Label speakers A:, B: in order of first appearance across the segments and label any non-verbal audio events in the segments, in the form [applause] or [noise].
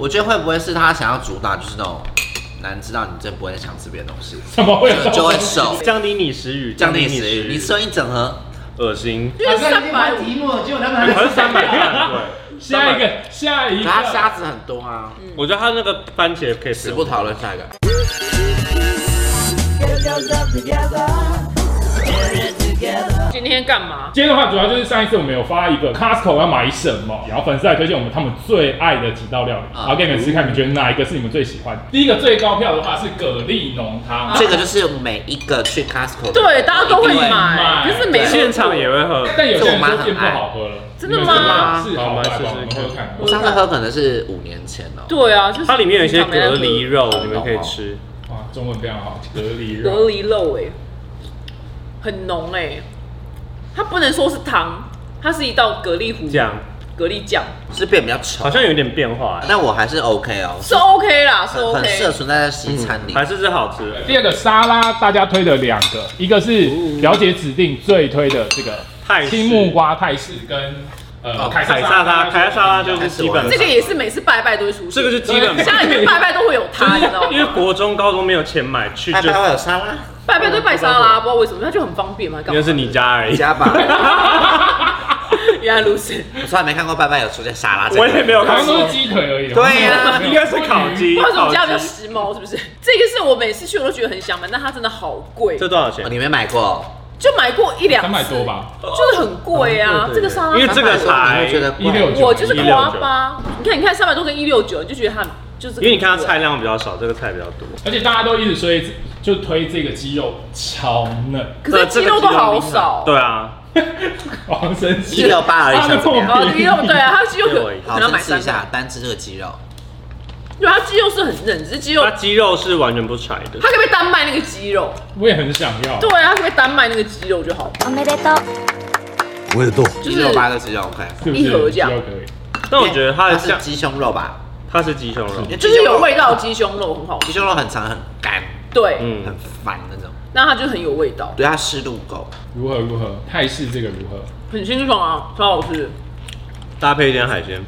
A: 我觉得会不会是他想要主打就是那种男人知道你真不会想吃别的东西，
B: 怎么会有这
A: 就
B: 种
A: 就会瘦，
C: 降低你食欲，
A: 降低你食欲。你吃了一整盒，[laughs]
C: 恶心，
D: 他说你买题目，结果他们还
C: 好像三百块，对，
B: 下一个，下一
A: 可
B: 个，
A: 他虾子很多啊，
C: 我觉得他那个番茄可以
A: 死不讨论下一个。
E: 今天干嘛？
B: 今天的话，主要就是上一次我们有发一个
A: 啊
B: Costco 要买什么，然后粉丝来推荐我们他们最爱的几道料理，
A: 啊
B: 然后给你们吃看，你们觉得哪一个是你们最喜欢的？第一个最高票的话是蛤蜊浓汤，
A: 这个就是每一个去 Costco 的
E: 对，大家都会
A: 一定
B: 买
E: 买，就是每
A: 对
C: 现场也会喝，
B: 但有些人说变不好喝了，
E: 这我
B: 你
E: 妈
B: 们觉
A: 爱
B: 得
E: 很
B: 是好喝
C: 好我们
B: 还是不好
C: 来
B: 喝我
C: 试试
B: 们喝看。
A: 我上次喝可能是五年前哦、
E: 对啊，就是
C: 它里面有一些
E: 平常没在
C: 蛤
E: 喝
C: 蜊肉，你们可以吃。
B: 哇，中文非常好，蛤
A: 嗯
B: 蜊
E: 蛤
B: 肉。
E: 蜊肉哎、很浓哎、它不能说是汤，它是一道蛤蜊糊
C: 酱，
E: 蛤蜊酱
A: 是变比较丑
C: 好，像有点变化欸，
A: 但我还是 OK 哦、
E: 是 OK 啦，是
A: 很很适合
E: OK。
A: 存在在西餐里。
C: 嗯还是是好吃的。
B: 第二个沙拉，大家推的两个，一个是
A: 哦
B: 表姐指定最推的这个
C: 泰式
B: 青木瓜泰式跟呃
A: 哦
B: 凯
C: 凯
B: 撒
C: 撒拉，凯撒拉就是是
A: 基
C: 基
A: 本
C: 本，
E: 这个也是每次拜拜都会出现，
C: 这个是基本，
E: 家里面拜拜都会有
C: [laughs]
E: 它，你知道
C: 因为
E: 吗？
C: 国中、高中没有钱买，去
A: 拜
C: 就
A: 拜会有沙拉，
E: 拜拜都拜沙拉，不知道为什么，它就很方便嘛，干
C: 那
E: 嘛？
C: 是你家而已。
A: 加吧。
E: [laughs] 原来
C: [laughs]
E: 如此，
A: 我从来没看过拜拜有出现沙拉这个。
C: 我也没有
B: 好
C: 看
B: 像都
C: 过
B: 是，鸡腿而已。
A: 对呀
C: 应该是烤鸡，
E: 不知道为什么
C: 烤
E: 我家比较
C: 鸡。
E: 时髦，是不是？这个是我每次去我都觉得很想买，但它真的好贵，
C: 这多少
A: 哦
C: 钱？
A: 你没买过，
E: 就买过一两
B: 三
E: 次，
B: 百多吧，
E: 就是很贵啊。
C: 哦对对对
E: 这个沙拉
C: 因为这个
A: 才
C: 才
A: 会觉得
B: 一六
A: 贵。
B: 九，
E: 我就是夸八，你看，你看三百多跟一六九，你就觉得它就是，
C: 因为你看它菜，量比较少，这个菜比较多。
B: 而且大家都一直说，就推这个鸡肉超嫩， [laughs]
E: 可是
C: 呃这
E: 鸡
C: 个
E: 肉都
C: 鸡
E: 好
C: 厉害
E: 少，
C: 对啊，
B: 王生气，
A: 一六八而已
B: 他的
A: 想怎么样
E: 哦，鸡肉
C: [laughs]
E: 对啊，它鸡肉
C: 给我一
E: 可
C: 个
E: 可
A: 好，
E: 能
A: 先
E: 要买
A: 吃
E: 三
A: 一
E: 下，
A: 下，单吃这个鸡肉。
E: 对，啊它鸡肉是很嫩，只是鸡肉
C: 它，鸡肉是完全不柴的
E: 它。可不可以单卖那个鸡肉？
B: 我也很想要。
E: 对啊，它可不可以单卖那个鸡肉就好？
F: おめでとう
E: 就
A: 一
E: 是
A: 六八的鸡肉 OK。
B: 是不是
E: 一盒这样
B: 鸡肉可以。
C: 但我觉得它
A: 它
C: 的
A: 是
C: 酱，
A: 鸡胸肉吧？
C: 它是鸡胸肉
A: 因，为
E: 就是有味道的鸡胸肉很好
A: 鸡
E: 吃，
A: 胸肉很长很干，
E: 对，
C: 嗯
A: 很，烦那种。
E: 那它就很有味道，
A: 对，它湿度够。
B: 如何如何？泰式这个如何？
E: 很清爽啊，超好吃，
C: 搭配一点海鲜，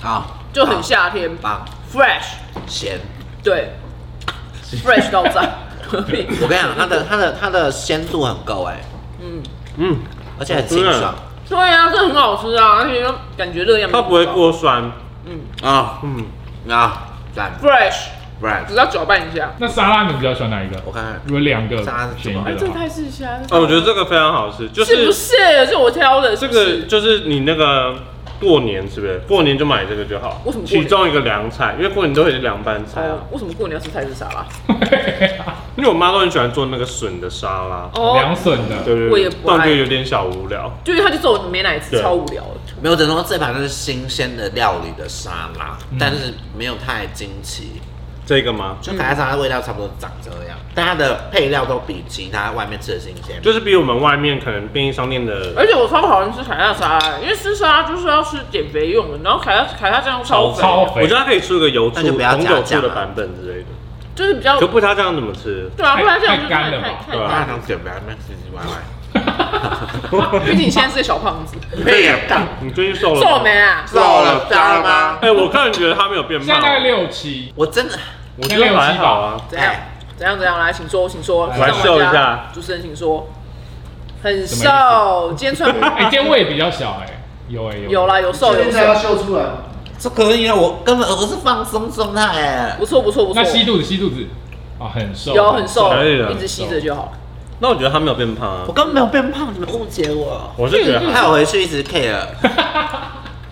A: 好，
E: 就
C: 啊
E: 很夏天
A: 棒，
E: ，fresh，
A: 咸。
E: 对，fresh 到炸，何必？
A: [laughs] 我跟你讲，它的它的它的鲜度很够哎，
E: 嗯，
C: 嗯，
A: 而且很清爽
C: 哦
E: 对啊，这很好吃啊，而且又感觉热量
C: 它不会过酸，
A: 啊
C: 嗯，
A: 啊，赞
E: ，fresh，
A: ，right。
E: 只要搅拌一下。
B: [laughs] 那沙拉你比较喜欢哪一个？
A: 我看看
B: 如果两个
A: 沙拉是什
B: 选
A: 么
B: 一
E: 哎，
B: 个
E: 这
B: 的
E: 个
B: 话，
E: 泰式虾
C: 哦，我觉得这个非常好吃，就是
E: 不是？是我挑的，
C: 这
E: 是不是
C: 个就是你那个过年是不是？过年就买这个就好。
E: 为什么过年
C: 其中一个凉菜，因为过年都会有凉拌菜啊
E: 哦。，为什么过年要吃泰式沙拉？
A: 哎
B: [laughs]
C: 因为我妈都很喜欢做那个笋的沙拉。
B: 凉，笋的，
C: 对对
E: 哦我也
C: 对，
E: 不
C: 但
E: 爱
C: 我觉得有点小无聊。
E: 就是他就做我没奶吃，
C: 对
E: 超无聊的。
A: 没有，只能说这盘就是新鲜的料理的沙拉，
C: 嗯
A: 但是没有太惊奇，
C: 这个吗？
E: 嗯
A: 就凯撒沙拉的味道差不多长这样，但它的配料都比其他外面吃的新鲜。
C: 就是比我们外面可能便利商店的
E: 而且我超讨厌吃凯撒沙拉，因为吃沙拉就是要吃减肥用的，然后凯撒凯撒酱又超肥，
B: 超
C: 我
B: 肥
C: 觉得它可以出一个油醋
A: 那就不要
C: 红
A: 加
C: 酒
A: 酱
C: 醋
A: 了
C: 的版本之类的。
E: 就是比较
C: 可不知道这样怎么吃？
E: 对啊，
B: 太
E: 不然这样就
B: 太
E: 是
B: 干了
E: 太
B: 吧
E: 太
C: 对
A: 大
C: 啊
A: 家想减肥，那唧唧歪歪，
E: 毕竟你现在是个小胖子，
A: 配也干，
C: 你最近瘦了吗？
E: 瘦没啊？
A: 瘦了渣了吗？
C: 哎，我个人觉得他没有变
B: 现在大概
C: 胖，
B: 六
E: [laughs]
B: 七，
A: 我真的，
C: 我觉得还好啊。
E: 怎样？怎样怎样？来，请说，请说，
B: 来
E: 让大家
C: 秀一下，
E: 主持人请说。很
B: 什么
E: 瘦，今天穿 [laughs]
B: 哎，今天胃比较小哎，有哎
E: 有啦，有瘦有
D: 现在要
E: 瘦，
D: 秀出来吗。
A: 这可以啊，我根本我是放松状态哎
E: 不。错不错不错
B: 那，吸肚子吸肚子啊，很瘦，
E: 有很瘦
C: 可以，的
E: 一直吸着就好。
C: 那我觉得他没有变胖啊
A: 我。根本没有变胖，你们误解我。
C: 我是觉得还
A: 害我回去一直 care，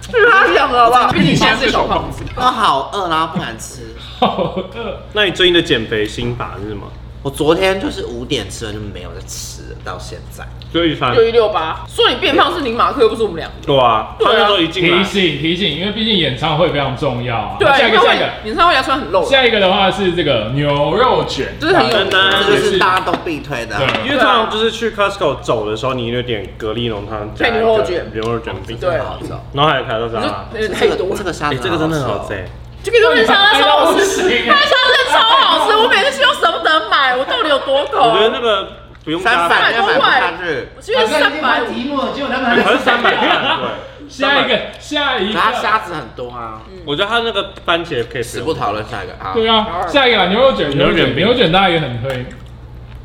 E: 是他想的好不好？毕竟你现在是个小胖子，
A: 我好饿，然后不敢吃。
B: 好饿。
C: 那你最近的减肥心法是什么？
A: 我昨天就是五点吃了就没有再吃了，到现在。
C: 就一餐
E: 六。一六八，说你变胖是你马克，又不是我们两个。
C: 对啊，
E: 对
C: 他
E: 啊
C: 那时候一进
B: 提
C: 来，
B: 醒提醒，因为毕竟演唱会非常重要啊。
E: 对啊，
B: 下一
E: 你
B: 个
E: 看
B: 下
E: 会
B: 一个，
E: 你上回牙穿很露，
B: 下一个的话是这个牛肉卷，
E: 就是很有
C: 真的啊
A: 这就是大家都必推的。
B: 对
C: 因为通常就是去 Costco 走的时候，你有点蛤蜊浓汤加一
E: 配
C: 个
E: 牛肉卷
C: 牛肉卷饼，
E: 对
A: 好吃哦。
C: 然后还有凯撒沙
E: 你
C: 拉。
E: 说有点
A: 这
E: 太多
A: 个这
E: 了。
A: 个沙
C: 哎，
A: 拉，
C: 啊这个真的很好吃
A: 吃。哦
C: 哎，
E: 这个就是沙拉超好吃，
B: 哎
E: 它沙拉超好吃，我每次去都舍不得买，我到底有多口？
C: 啊我觉得那个不用加
A: 三
C: 饭，
A: 百就买不下去，
E: 我去三百
D: 题目，结果他们
C: 还
D: 还
C: 是三百。块，
B: 下一个，下一
A: 可它
B: 个，
A: 虾子很多啊，
E: 嗯
C: 我觉得它那个番茄可以
A: 死
C: 用 [laughs]
A: 不讨论下一个啊。
B: 对啊，下一个啦牛肉卷，
C: 牛
B: 牛
C: 肉
B: 肉
C: 卷
B: 卷，
C: 饼
B: 牛肉卷大家也很推。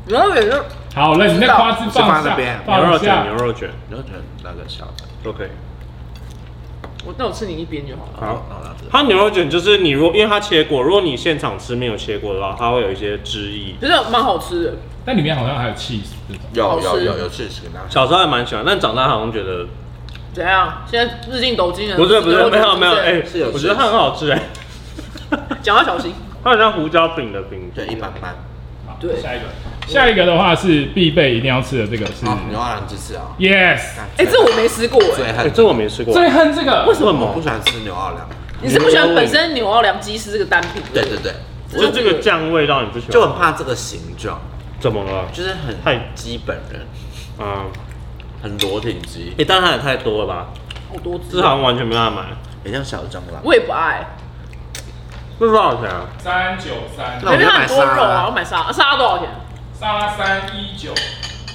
E: 然后也就
B: 好了，你那夸子
A: 是
B: 放
A: 放
B: 下
A: 那边，
C: 牛
B: 放
C: 肉卷、牛
B: 下，
C: 肉卷
A: 牛肉卷那个小的，
C: 都可以。
E: 我那我吃你一边就好了。
A: 好，好了，
C: 它牛肉卷就是你如因为它切过，如果你现场吃没有切过的话，它会有一些汁液。
E: 觉得蛮好吃的，
B: 但里面好像还有 cheese 这种。
A: 有
E: 好
A: 有
E: 吃
A: 有有去吃跟大家。
C: 小时候还蛮喜欢，但长大好像觉得
E: 怎样？现在日进斗金了。
C: 不是不
E: 吃
C: 是
E: 牛肉
C: 没
E: 卷
C: 有没有
E: 是不
C: 哎
E: 是，
A: 是有
C: 我觉得它很好吃哎，
E: 讲话小心。
C: 它很像胡椒饼的饼。
A: 对，一般般。
B: 好
E: 对
B: 下一个，下一个的话是必备一定要吃的，这个
C: 嗯
B: 是
A: 好，哦牛二郎鸡翅啊。
B: yes，
A: 哎
E: 哎，这我没吃过哎，
A: 最
C: 哎，
A: 恨，
C: 这我没吃过，
B: 最恨这个，
C: 为什
A: 我不
C: 么？
A: 喜欢吃牛二郎。
E: 你是不喜欢本身牛奥良鸡是这个单品？
A: 对对对，
C: 就这个酱味让你不喜欢？
A: 就很怕这个形状，
C: 怎么了？
A: 就是很
C: 太
A: 基本人，
C: 嗯，
A: 很裸体肌，
C: 哎，但它也太多了吧？
E: 好多汁
C: 这好像完全没办法买，
A: 很像小蟑螂。
E: 我也不爱，
C: 这是多少钱啊？
B: 三九三
A: 那我
E: 因
A: 就
E: 为它
A: 买
E: 很
A: 沙
E: 多肉啊，
A: 拉
E: 我买沙拉，沙拉多少钱？
B: 沙三一九，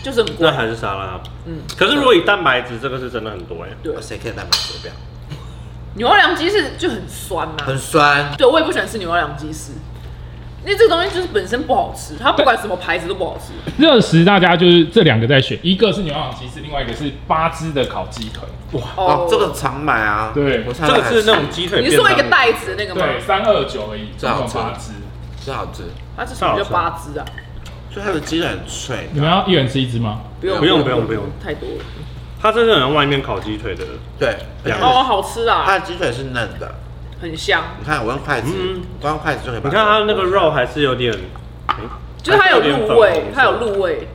E: 就是很贵
C: 那。还是沙拉。
E: 嗯，
C: 可是如果以蛋白质，这个是真的很多哎。
E: 对
A: 谁可以蛋白质不要？
E: 牛奥良鸡是就很酸呐、
A: 很酸，
E: 对，我也不喜欢吃牛奥良鸡丝，因为这个东西就是本身不好吃，它不管什么牌子都不好吃。
B: 热食大家就是这两个在选，一个是牛羊鸡翅，另外一个是八只的烤鸡腿，
A: 哦，这个常买啊。
B: 对
A: 我常
C: 这
A: 买
C: 个是那
A: 吃
C: 种鸡腿
E: 你
C: 便当
E: 是说
C: 吗。
E: 一个袋子的那个吗？
B: 对，三二九而已，
A: 这
B: 总
A: 好
B: 共
A: 吃
B: 八只，
A: 是好吃，
E: 它是什么叫八只啊？
A: 就它的鸡腿很脆，
B: 你们要一人吃一只吗？
E: 不用
C: 不用不用不用，
E: 太多了。
C: 它真的很像外面烤鸡腿的，
A: 对，
C: 两个
E: 哦，好吃啊，
A: 它的鸡腿是嫩的。
E: 很香，
A: 你看我用筷子，
C: 嗯
A: 我光用筷子就可以把。
C: 你看它那个肉还是有点，诶
E: 嗯就是它有
C: 还是点
E: 入
C: 粉
E: 味
C: 红，色
E: 它有入味。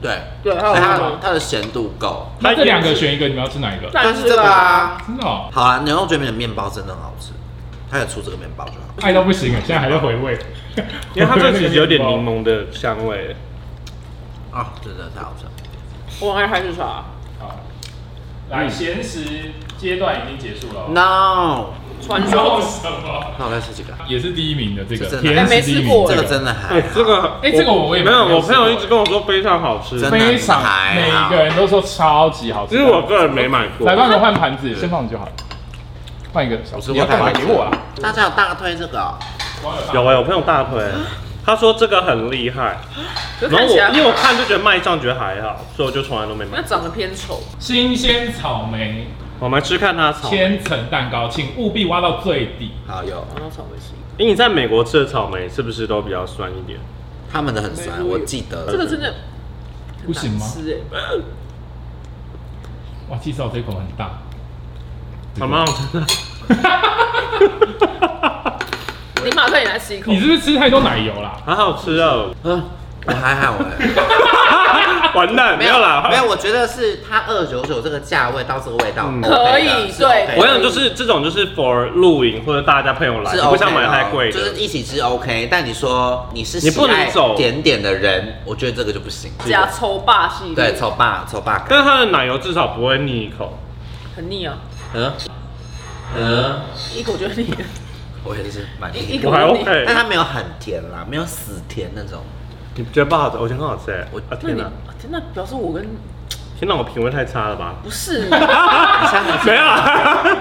A: 对，
E: 对还有
A: 所以它
E: 肉
A: 它的咸度够。
B: 那这两个选一个，你们要吃哪一个？
E: 但
A: 但
E: 是
A: 是这个啊，
B: 真的哦，
A: 好啊，牛肉卷饼的面包真的很好吃，它有出这个面包就好。
B: 爱到不行啊了，现在还在回味，
C: 因为它这个其实
B: [laughs]
C: 有 [laughs] 点柠，檬的香味。
A: 啊，真的太好吃了。
E: 我爱还是啥？
B: 好，来闲食阶段已经结束了
C: 嗯
B: 哦，
A: No，
E: 传
B: 说
E: 说
B: 什么？
A: 那我再吃几个。
B: 也是第一名的这个
A: 这真的
B: 甜食第一
E: 哎
B: 名，
E: 没吃过
A: 这个真的还
C: 哎，这个
B: 哎这个我也
C: 没有，
B: 没有
C: 我朋友一直跟我说非常好吃，
A: 真的
B: 非常每
A: 还好
B: 一个人都说超级好吃。
C: 其实我个人没买过
B: 来。帮你换盘子，先放着就好了。换一个小，
A: 我吃
B: 你要
A: 过
B: 干
A: 太
B: 嘛
A: 好吃
B: 给我啊？
A: 大家有大推这个哦，
C: 有啊，有朋友大推，他说这个很厉害，
E: 可是
C: 然
E: 看
C: 后
E: 起
C: 我因为我
E: 来
C: 看就觉得卖相觉得还好，所以我就从来都没买
E: 那。长得偏丑，
B: 新鲜草莓
C: 我们来吃看它的草莓。
B: 千层蛋糕，请务必挖到最底。
A: 好有，
E: 然后草莓是一个
C: 因为你在美国吃的草莓是不是都比较酸一点？
A: 他们的很
E: 没
A: 酸，
E: 注意
A: 我记得
E: 这个真的很
B: 不行吗
E: 难吃哎，
B: 哇，介绍这口很 [laughs] 大，
C: 好蛮好吃的。
E: 欸你马上也来吃一口
B: 你。是不是吃太多奶油啦？
C: 好好吃
E: [laughs]
C: 哦！
A: 嗯，我还好哎，
C: 完蛋，没有啦，
A: 没有，我觉得是它二九九这个价位到这个味道
C: 嗯
A: OK 的
E: 可以
A: 是 OK 的
E: 对
C: 我想就是这种就是 for 露营或者大家朋友来，
A: 是
C: 你
A: OK
C: 不
A: 的
C: 想买太贵
A: 就是
C: 的。
A: 一起吃 OK，但你说你是
C: 你不能
A: 喜爱
C: 走
A: 点点的人，我觉得这个就不行。
E: 加抽霸系列
A: 对，丑霸丑霸感，
C: 但是它的奶油至少不会腻一口，
E: 很腻啊，
A: 嗯嗯，
E: 一口就腻了，
C: 啊
A: 我也是蛮
E: 一一
A: 甜，
E: 口
C: 我还
E: 就腻。
A: 但
C: OK。
A: 它没有很甜啦，没有死甜那种。
C: 你觉得不好吃？我觉得很好吃哎！我
A: 我
C: 啊
E: 那
C: 天
E: 你
C: 哪
E: 啊，天哪，表示我跟
C: 天哪，我品味太差
A: [laughs]
C: 了吧？
E: 不
C: [laughs]
E: 是
A: 啊
C: 没有啊 [laughs] 啦，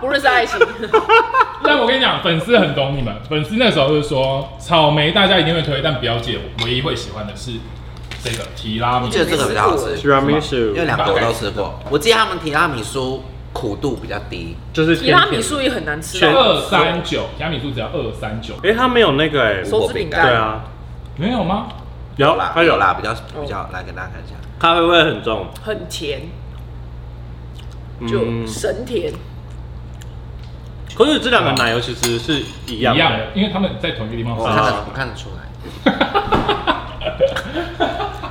E: 不认识
C: [laughs]
E: 爱情，
B: 但我跟你讲，粉丝很懂你们。粉丝那时候就是说，草莓大家一定会推，但表姐唯一会喜欢的是这个提拉米
A: 我。觉得这个比较好吃，因
E: 提
A: 为
C: tiramisu
A: 两个我都吃过。我记得他们提拉米苏苦度比较低，
C: 就是
E: 提
C: 甜
E: 拉米
C: 甜的。
E: 苏也很难吃啊，
B: 二三九，提拉米苏只要二三九，
C: 哎，它没有那个哎，
E: 手指饼
A: 干
C: 对
E: 干，
C: 啊，
B: 没有吗？
C: 有
A: 啦，
C: 它
A: 有
C: 哦有
A: 啦，
C: 啦，
A: 比较比较，来给大家看一下，
C: 咖啡味很重，
E: 很甜，就
C: 嗯。
E: 神甜。
C: 可是这两个奶油其实是一
B: 一
C: 样
B: 样
C: 的。
B: 的，因为他们在同一个地方
A: 我
B: 发
A: 看
B: 展。
A: 得我看得出来，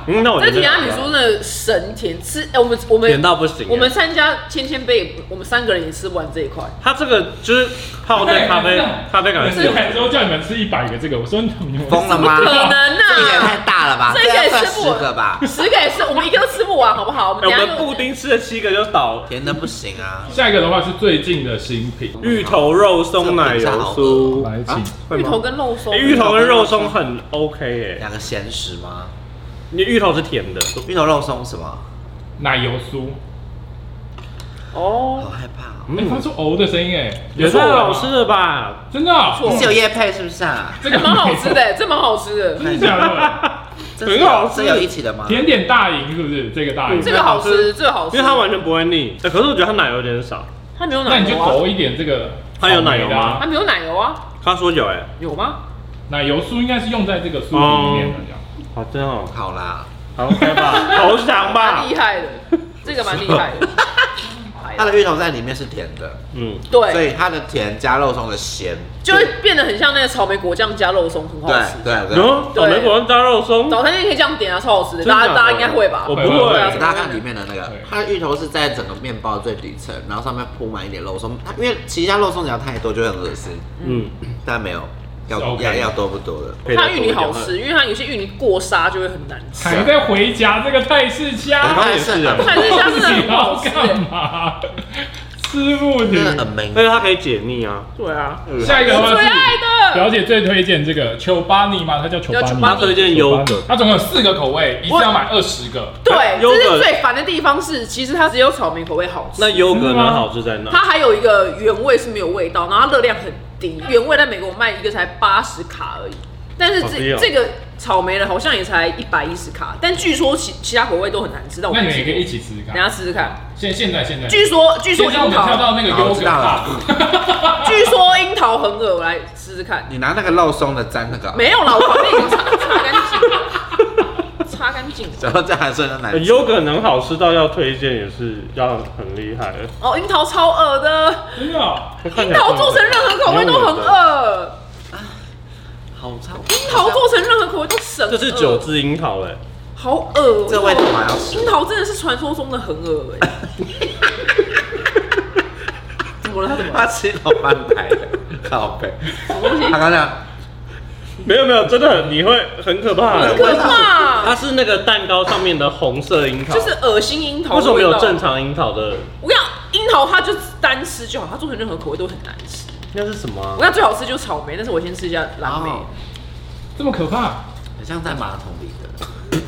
C: 嗯，那我觉
E: 这
C: 得
E: 啊提拉米苏的神甜，吃哎、我们我
C: 甜
E: 们
C: 到不行欸。
E: 我们参加千千杯也不，我们三个人也吃不完这一块。
C: 它这个就是泡在咖啡咖啡感
B: 是
C: 觉
B: 兰州叫你们吃一百个这个，我说你们
A: 疯了吗？
E: 怎么可能啊
A: 这个也太大了吧？
E: 这个也
A: 要算
E: 吃不
A: 十个吧？
E: 十个也是，我们一个都吃不完，好不好？我们
C: 哎
E: 等
C: 我
E: 一下
C: 们
E: 又
C: 布丁吃了七个就倒，
A: 甜的不行啊！
B: 下一个的话是最近的新品，
C: 芋头肉松奶油酥，
B: 来请
E: 芋头跟肉松，
C: 哎芋头跟肉松很 OK 哎，
A: 两个咸食吗？
C: 你芋头是甜的，
A: 芋头肉松什么？
B: 奶油酥，
A: 好
E: 哦，
A: 害怕哦。
B: 哎，发出哦的声音哎，
C: 嗯也
B: 是
C: 算老师的吧？
B: 真的哦，
E: 错
A: 你是有夜配是不是啊？
B: 这
E: 还
B: 个
E: 蛮好吃的，这蛮好吃的，
B: 没有，真的假的？
A: 这是
C: 很好
A: 有
C: 吃
A: 是有一起的吗？
B: 甜点大赢是不是？这个大赢
E: 这，个好吃，这个好吃，
C: 因为它完全不会腻。哎，可是我觉得它奶油有点少。
E: 它没有
B: 那
E: 奶
B: 你就
E: 油啊，
B: 抖一点这个。
C: 它有奶油吗
E: 它？没有奶油啊，
C: 他说有哎。
E: 有吗？
B: 奶油酥应该是用在这个酥皮里面的，这样。
C: 好真哦，
A: 好啦，
C: 好 OK 吧，
E: [laughs]
C: 好想吧
E: 蛮。厉害的，这个蛮厉害
C: [laughs]
E: 的，哎
A: 它
E: 呀
A: 的芋头在里面是甜的，
C: 嗯，
A: 所
E: 对，
A: 以它的甜加肉松的咸，
E: 就会变得很像那个草莓果酱加肉松，很好吃。
A: 对对
C: 然
A: 对。
C: 后哦草莓果酱加肉松，
E: 早餐店可以这样点啊，超好吃的，
C: 真的假
E: 大家
C: 的
E: 大家应该会吧
C: 我？不
B: 会
E: 啊
C: 会。
A: 大家看里面的那个
B: 对，
A: 它的芋头是在整个面包最底层，然后上面铺满一点肉松。它因为其他肉松只要太多就会很恶心，
C: 嗯，
A: 但没有，
B: 是
A: 要
B: OK
A: 要
B: 的
A: 要多不多的。
C: 配得
E: 它
C: 多
E: 芋
C: 一
E: 泥
C: 点
E: 好。吃，因为它有些芋泥过沙就会很难吃。
B: 还在回家这个泰式
C: 我
B: 家，
C: 刚刚也是啊，
E: 泰式家真的
B: 你
E: 很
B: [laughs] 要
E: 好吃，
B: 干嘛？吃不
C: 嗯
A: 真
B: 停。
A: 的 amazing。
C: 但是它可以解腻啊。
E: 对啊，
B: 下一个的
E: 我
B: 话
E: 最爱
B: 是
E: 的，
B: 表姐最推荐这个丘巴尼吗？它叫丘巴
E: 叫
B: 尼，
E: Chobani
C: 他推荐优格，
B: 它总共有四个口味，一次要买二十个。
E: 对，
C: 优
E: 这
C: 格
E: 是最烦的地方是，其实它只有草莓口味好吃，
C: 那优格呢？好吃在哪？
E: 它还有一个原味是没有味道，然后它热量很低，原味在美国卖一个才八十卡而已，但是
C: 好低
E: 这
C: 哦
E: 这个草莓的好像也才一百一十卡，但据说其其他口味都很难吃，但我
B: 那
E: 没
B: 你们也可以一哎
E: 吃
B: 起试试
E: 过，
B: 看
E: 等。一下试试看。
B: 现现在现在，
E: 据说据说
B: 现在我
E: 樱
B: 们跳
E: 桃，
B: 到那个优格大
A: 好
B: 陆，
E: [laughs] 据说樱桃很恶，我来试试看。
A: 你拿那个肉松的沾那个，
E: 没有啦，我旁边已经擦擦干净了，擦干净了。
A: [laughs] 然后这还剩的奶
C: 呃。优格能好吃到要推荐也是要很厉害的。
E: 哦，樱桃超恶的，
B: [laughs] 真的哦，
C: 它看起
E: 樱
C: 来
E: 桃做成任何口味都很恶，
A: 好臭！
E: 樱桃做成任何口味都神恶。
C: 这是九制樱桃哎，
E: 好恶、哦，
A: 这味道还要吃
E: 樱桃真的是传说中的很恶
C: [laughs]
E: 哎、怎么了？他怎么
A: 他
E: 了？
A: 吃到半排
C: [laughs]
A: 的，靠背。他刚讲，
C: 没有没有，真的很你会很可怕
E: 很
C: 欸。
E: 可怕
C: 它，是那个蛋糕上面的红色樱桃，
E: 就是恶心樱桃
C: 为什
E: 的
C: 么没
E: 味道。
C: 有正常樱桃的？
E: 我跟你讲，樱桃它就单吃就好，它做成任何口味都很难吃。
C: 那是什么啊
E: 我？看最好吃就是草莓，但是我先吃一下蓝莓。
A: 哦
B: 这么可怕？
A: 很像在马桶里的，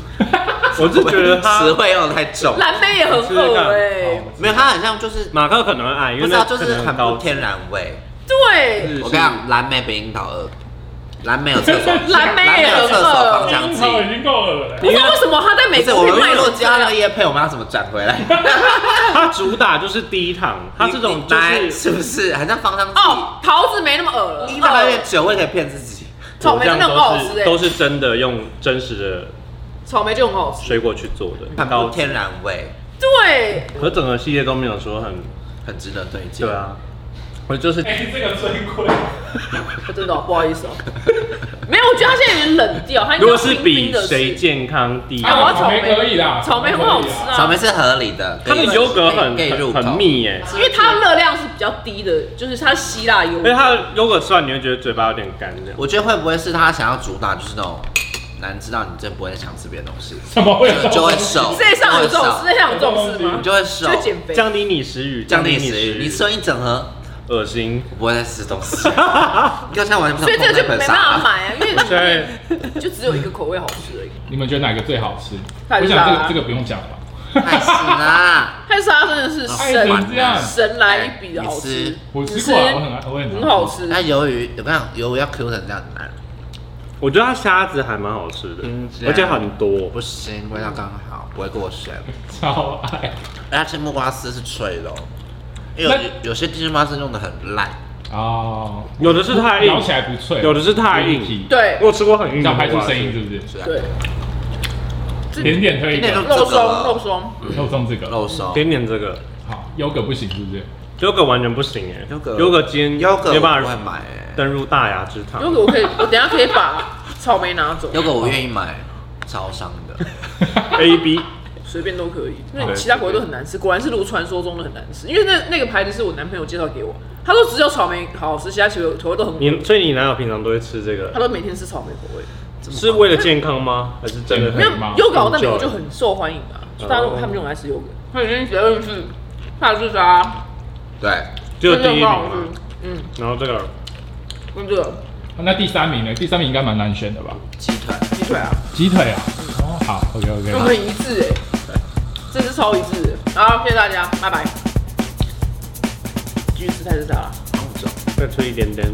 C: 我是觉得它
A: [laughs] 词汇用得太重。
E: 蓝莓也很
C: 试试
E: 恶
C: 看
E: 哎、
A: 没有，它很像就是
C: 马克可能会爱，因
A: 不
C: 为
A: 知道，就
C: 那
A: 是
C: 可能
A: 很
C: 高
A: 不
C: 级
A: 天然味。
C: 嗯
E: 对，
A: 我跟你讲，蓝莓比樱桃恶，蓝莓有厕所，
E: 蓝莓
A: 蓝莓
E: 也
A: 有
E: 很
A: 厕所
E: 恶
A: 芳香
B: 樱桃已
A: 剂。
B: 经够恶了
E: 不
B: 嘞。
E: 知道为什么它在
A: 不
E: 美 [laughs]
A: 是，
E: 国
A: 我
E: 可
A: 们
E: 以卖
A: 如果
E: 到
A: 加那
E: 这
A: 个
E: 样。
A: 叶配，我们要怎么转回来？
C: 它主打就是低糖，它这种
A: 你你
C: 就
A: 拿
C: 是
A: 是不是很像芳香剂？
E: 哦，桃子没那么恶了，哦
A: 樱桃有点久，我也可以骗自己。
E: 草莓真的很好吃哎、
C: 都是真的用真实的
E: 草莓就很好吃。
C: 水果去做的，
A: 很不
C: 高级。
A: 天然味，
E: 对，
C: 可整个系列都没有说很
A: 很值得推荐。
C: 对，啊，我就是
B: 哎，这个最贵。
E: 真的哦、不好意思哦、 [laughs] 没有，我觉得它现在有点冷掉，它应该
C: 如果是
E: 冰冰
C: 比
E: 的吃
C: 谁健康第一，
E: 啊我要
B: 草莓可以啦，
E: 草莓很好吃
B: 可以啦。
E: 啊，
A: 草莓是合理的，
C: 它的
A: 可以
C: 优格很
A: 可以入
C: 很
A: 口
C: 很密耶，
E: 因为它热量是比较低的，就是它希腊油
C: 因，为它的优格吃完你会觉得嘴巴有点干这样。
A: 我觉得会不会是他想要主打就是那种难知道你真不会想吃别的东西，
B: 怎么会有这
A: 就
B: 种
A: 就会瘦，
E: 世界上有这种
A: 就
E: 世
A: 会
E: 界上有这种事
B: 这
E: 吗
A: 瘦，？就会瘦
E: 就，减肥，
C: 降低你食欲，
A: 降低
C: 你
A: 食欲。你吃完一整盒，
C: 恶心。
A: 我不会再吃东
C: [laughs]
A: 西。你看现在完全不
E: 所以
A: 想
E: 这
A: 碰那盆
E: 个就没
A: 沙
E: 办法
A: 拉。
E: 买啊，因为
C: 所以
E: 就只有一个口味好吃而已。
B: 你们觉得哪个最好吃？
E: 泰
B: 我
E: 式沙
B: 想这
E: 拉
B: 个这个不用讲了吧。
A: 太死啦！
E: 泰式沙拉真的是
B: 爱成这样
E: 神，神来一笔的好
A: 你
E: 吃
A: 吃，
B: 我吃过啊，我很爱，我
E: 很
B: 很爱。
E: 好吃。
A: 那鱿鱼，我跟你讲，鱿鱼要 Q 成这样很难，
C: 我觉得它虾子还蛮好吃的
A: 嗯，是啊
C: 而且很多。
A: 不行，味道刚好，不会过咸。
B: 超爱。
A: 而且木瓜丝是脆的哦，因
B: 那
A: 为有有些金针花是弄得很烂，
B: 哦，
C: 有的是太硬
B: 咬，起来不脆，
C: 有的是太硬
B: 有一体，
E: 对
C: 我有吃过很硬的
B: 想拍出
C: 木瓜
B: 声音
C: 丝
B: 是不是？
A: 是吧？
E: 对，
B: 点点推一
A: 点
B: 个
A: 点，
E: 肉松肉松，
B: 肉松哦这个
A: 肉松。
C: 哦点点这个
B: 好，优格不行是不是？
C: 优格完全不行哎，
A: 优格
C: 优格今
A: 优格
C: 没
A: 我
C: 办
A: 不会
C: 法
A: 买、欸，
C: 登入大雅之堂
E: 优。格我可以，我等一下可以把草莓拿走，
A: 优格我愿意买超商
C: [laughs]
A: 的，
C: A B
E: 随便都可以，因
C: 对
E: 为你其他口味都很难吃。果然是如传说中的很难吃，因为那那个牌子是我男朋友介绍给我，他说只有草莓好吃，其他口味口味都很
C: 你所以你男友平常都会吃这
E: 他
C: 个，
E: 都每天吃草莓口味，
C: 是为了健康吗？还是真的
E: 没
C: 很
E: 有
B: 吗
E: 优格好像在美国就很受欢迎啊，就大陆他们就很爱吃优格。他已经结论是泰式沙拉，
A: 对，
C: 只有第一名
E: 好
C: 吗？
E: 吃。嗯，
C: 然后这个
E: 那这个
B: 那第三名呢？第三名应该蛮难选的吧？
A: 鸡腿。
E: 鸡腿啊，
B: 鸡腿啊。哦，好，OK
E: 就
B: OK。
E: 欸很一致哎，这是超一致的。好，谢谢大家，拜拜。去吃泰式沙拉。
A: 好像不知道
C: 再吹一点点，